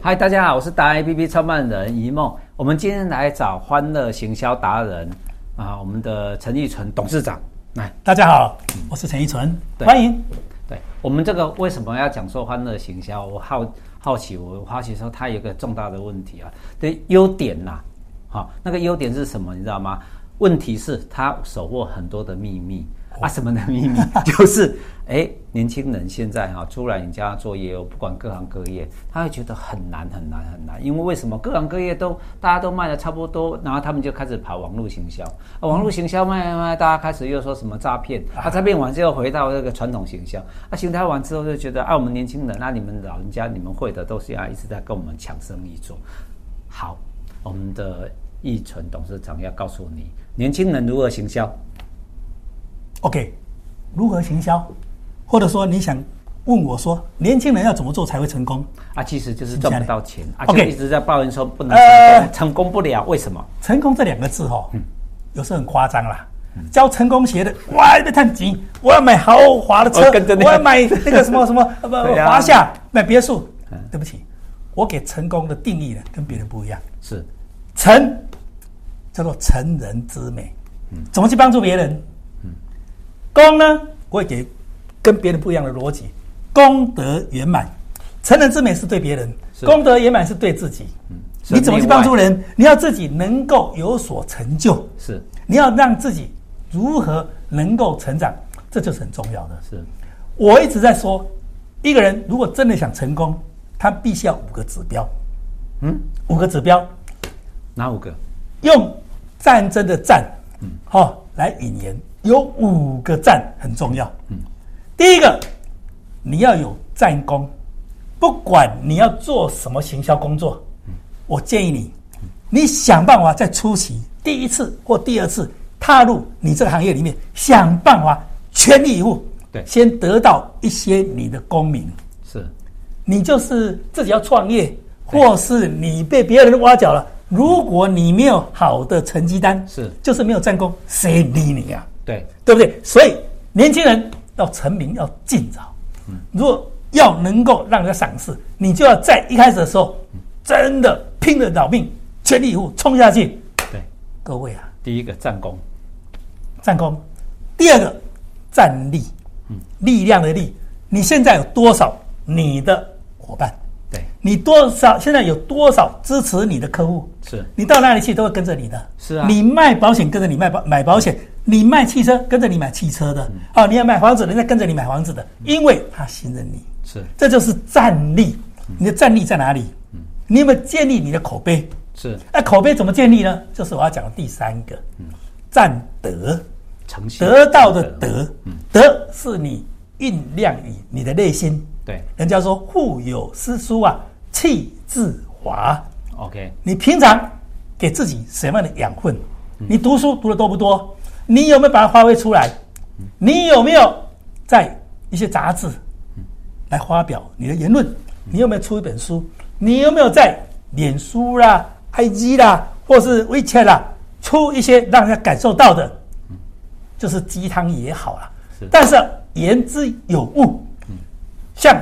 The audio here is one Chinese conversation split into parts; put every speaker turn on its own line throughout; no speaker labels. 嗨，大家好，我是达人 APP 创办人一梦。我们今天来找欢乐行销达人啊，我们的陈义纯董事长来。
大家好，我是陈一纯，
嗯对
欢迎。
对我们这个为什么要讲说欢乐行销？我好好奇，我好奇说它有一个重大的问题啊，对优点呐、好、那个优点是什么？你知道吗？问题是他手握很多的秘密啊，什么的秘密？ 就是哎，年轻人现在哈、出来你叫他做业务，不管各行各业，他会觉得很难很难很难，因为为什么各行各业都大家都卖的差不多，然后他们就开始跑网络行销，啊、网络行销卖卖卖，大家开始又说什么诈骗，啊，诈骗完之后回到这个传统行销，啊，行销完之后就觉得啊，我们年轻人，那、你们老人家你们会的都是要一直在跟我们抢生意做，好，我们的易存董事长要告诉你，年轻人如何行销。
OK，如何行销，或者说你想问我说，年轻人要怎么做才会成功？
啊，其实就是赚不到钱，啊，就
OK
一直在抱怨说不能成功，
呃
成功不了，为什么？
成功这两个字哦，
嗯
有时候很夸张啦。教成功学的，哇，被探级，我要买豪华的车
哦跟着，那个
我要买那个什么什么，呃不，
对啊嗯
华夏买别墅。对不起，我给成功的定义呢，跟别人不一样。
是
成叫做成人之美，怎么去帮助别人？功呢，我会给跟别人不一样的逻辑，功德圆满。成人之美是对别人，
是嗯
功德圆满是对自己。
是
你怎么去
内外
帮助人？你要自己能够有所成就，
是
你要让自己如何能够成长，这就是很重要的。
是
我一直在说，一个人如果真的想成功，他必须要五个指标。
嗯，
五个指标，
哪五个？
用战争的战，好、来引言，有五个战很重要。第一个，你要有战功，不管你要做什么行销工作，我建议你，你想办法在初期第一次或第二次踏入你这个行业里面，想办法全力以赴，
对
先得到一些你的功名。
是
你就是自己要创业，或是你被别人挖角了，如果你没有好的成绩单，
是
就是没有战功，谁理你呀、
对
对不对？所以年轻人要成名要尽早，如果要能够让人家赏识，你就要在一开始的时候真的拼了老命，全力以赴冲下去。
对，
各位啊，
第一个战功
战功，第二个战力，力量的力，你现在有多少你的伙伴？
对
你多少现在有多少支持你的客户？
是
你到哪里去都会跟着你的。
是啊
你卖保险跟着你卖保买保险，你卖汽车跟着你买汽车的。哦，你要买房子，人家跟着你买房子的，因为他信任你。
是
这就是战力。你的战力在哪里？你有没有建立你的口碑？
是
那口碑怎么建立呢？就是我要讲的第三个，战德。
诚信
得到的德，德是你酝酿于你的内心。
对
人家说腹有诗书啊，气自华。
OK
你平常给自己什么样的养分？你读书读的多不多？你有没有把它发挥出来？你有没有在一些杂志来发表你的言论？你有没有出一本书？你有没有在脸书啦、IG 啦，或是 WeChat 啦，出一些让人家感受到的，就是鸡汤也好啦
是，
但是言之有物。像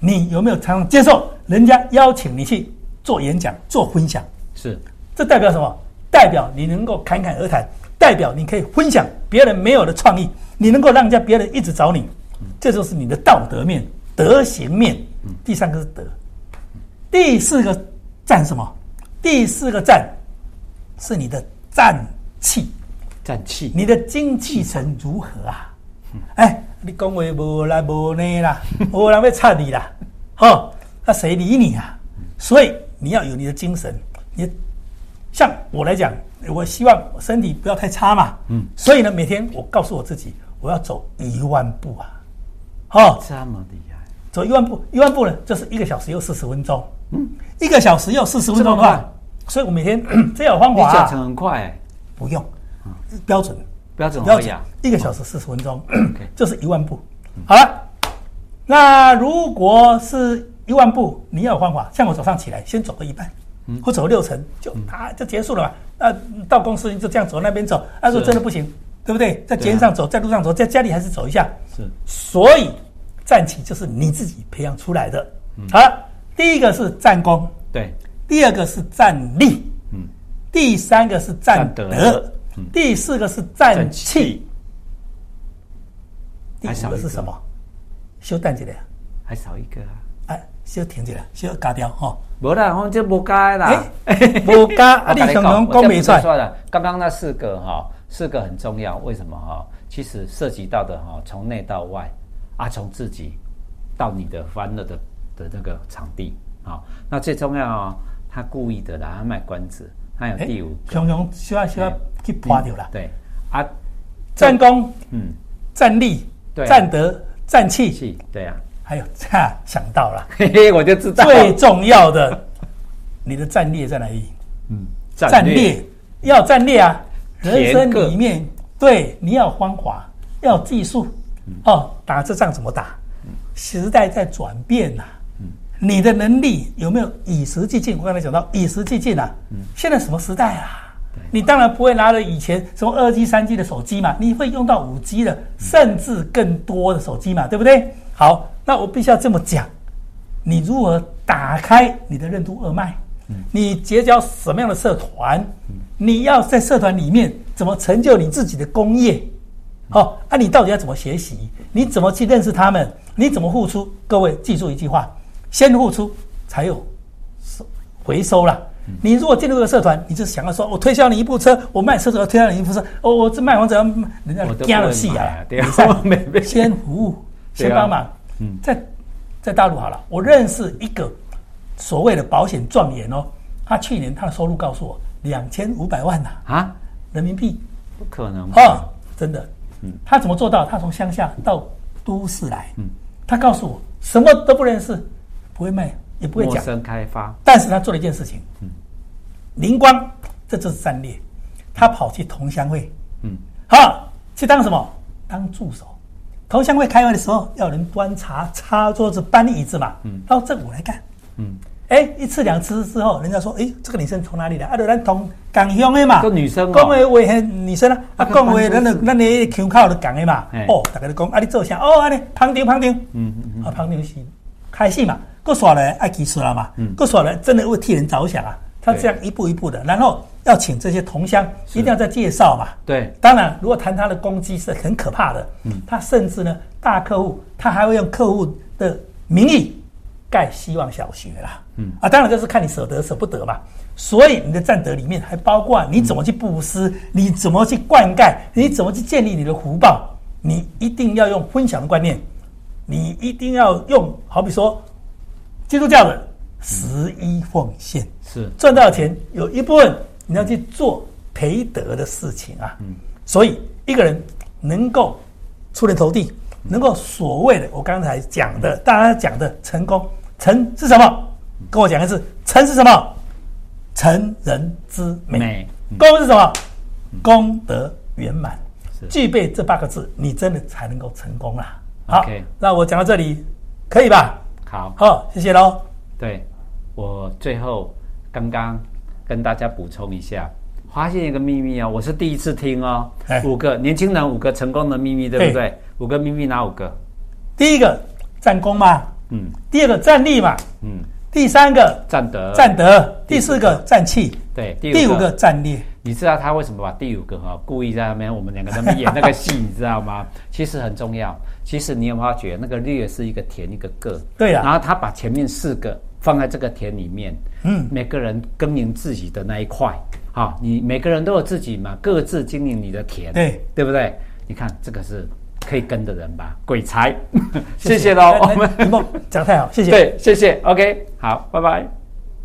你有没有常常接受人家邀请你去做演讲、做分享？
是
这代表什么？代表你能够侃侃而谈，代表你可以分享别人没有的创意，你能够让人家别人一直找你，这就是你的道德面、德行面。第三个是德，第四个占什么？第四个占是你的战气，
战气
你的精气神如何啊？哎，你讲话无来无呢啦， 无人要插你啦，吼、那谁理你啊？所以你要有你的精神，你像我来讲，我希望我身体不要太差嘛，嗯，所以呢，每天我告诉我自己，我要走一万步啊，哦，
这么厉害，
走一万步，一万步呢，就是一个小时又四十分钟，嗯，一个小时又四十分钟
这
的
么
话
快，
所以我每天 这有方
你
法、
脚程
啊，
很快、欸，
不用标准。
嗯标准
标
而已
准
啊，嗯
一个小时四十分钟，就是一万步。好了，那如果是一万步，你要有方法，像我早上起来先走个一半，
嗯
或走六成，就啊就结束了嘛。那、到公司就这样走，那边走，那、啊、如果
是啊
真的不行，对不对？在捷运上走，在路上走，在家里还是走一下。
是嗯
所以站起就是你自己培养出来的。好了，第一个是战功，
对，
第二个是战力，
嗯，
第三个是战德，
战德嗯
第四个是战气，第
还
五
少
个
一
是
个
什么？修蛋起来，
还少一个啊。
哎，修停起来，修嘎掉哈。
无啦，我们这无改啦。
哎无加啊你想讲讲不出来
算了，刚刚那四个哈、四个很重要，为什么哈、其实涉及到的哈、从内到外，啊，从自己到你的欢乐的的那个场地，好、那最重要、哦，他故意的啦，他卖关子，他有
哎
第五个，
熊熊修啊修啊
哎
去破掉了。
对，啊，
战功、
嗯，
战力、
对啊
战德、战气，
气，对啊，
还有哈想到了
嘿嘿，我就知道，
最重要的，你的战略在哪里？
嗯，
战略要战略啊！人
田
生
个
里面，对你要芳华，要技术哦。打这仗怎么打？时代在转变呐、你的能力有没有与时俱进？我刚才讲到与时俱进啊，现在什么时代啊？你当然不会拿着以前什么二 G、三 G 的手机嘛，你会用到五 G 的，甚至更多的手机嘛，对不对？好，那我必须要这么讲，你如何打开你的任督二脉？
嗯
你结交什么样的社团？你要在社团里面怎么成就你自己的工业？
嗯
哦，那、你到底要怎么学习？你怎么去认识他们？你怎么付出？各位记住一句话：先付出才有回收啦。
嗯
你如果进入这个社团，你就是想要说，我推销你一部车，我卖车子要推销你一部车，哦，我这卖房子要卖，人家
我都不会
干了戏
买
啊
啊！ 对啊
你在
我没被
先服务，
对啊
先帮忙。
嗯
在在大陆好了，我认识一个所谓的保险状元哦，他去年他的收入告诉我两千五百万呐、
啊，
人民币
不可能吧
啊，真的。
嗯
他怎么做到？他从乡下到都市来。他告诉我什么都不认识，不会卖，也不会
陌
讲，
生开发，
但是他做了一件事情，
嗯
灵光，这就是战略。他跑去同乡会，
嗯，
好，去当什么？当助手。同乡会开会的时候，要有人端茶、擦桌子、搬椅子嘛。嗯，然后这个我来干。
嗯，
哎，一次两次之后，人家说，哎，这个女生从哪里来？啊，就咱同港乡的嘛，
都女生哦
讲的话嘿，女生啊，啊，
啊
讲话
跟
咱
办公
就
室
咱的腔口就港的嘛
嘿。
哦，大家就讲，啊，你做啥？哦，安尼，旁听旁听。
嗯嗯
啊，旁听是开始嘛，各耍来爱技术了嘛，
嗯
各耍来真的为替人着想啊。他这样一步一步的，然后要请这些同乡，一定要再介绍嘛。
对，
当然，如果谈他的攻击是很可怕的，他甚至呢，大客户他还会用客户的名义盖希望小学啦，嗯啊，当然这是看你舍得舍不得嘛。所以你的战德里面还包括你怎么去布施，你怎么去灌溉，你怎么去建立你的福报，你一定要用分享的观念，你一定要用，好比说基督教的十一奉献，
是
赚到钱有一部分你要去做培德的事情啊。所以一个人能够出人头地，能够所谓的我刚才讲的，大家讲的成功，成是什么？跟我讲一次，成是什么？成人之美
美。嗯
功是什么？功德圆满
是。
具备这八个字，你真的才能够成功啦。好
OK
那我讲到这里，可以吧？
好。
好，谢谢喽。
对，我最后刚刚跟大家补充一下，发现一个秘密哦，我是第一次听哦
哎，
五个年轻人五个成功的秘密，对
嘿
不对？五个秘密哪五个？
第一个战功嘛，
嗯
第二个战力嘛，
嗯，
第三个
占得
战德，呃第四个战气，
对
第
第
五
五
个
个，
战略。
你知道他为什么把第五个哈、故意在那边我们两个在那边演那个戏，你知道吗？其实很重要。其实你有没有发觉那个略是一个田一个个，
对啊呀
然后他把前面四个放在这个田里面，
嗯，
每个人耕耘自己的那一块，好、你每个人都有自己嘛，各自经营你的田，
对
对不对？你看这个是可以跟的人吧，鬼 才，谢谢喽，我们
那那你们讲得太好，谢谢。
对，谢谢，OK，好，拜拜。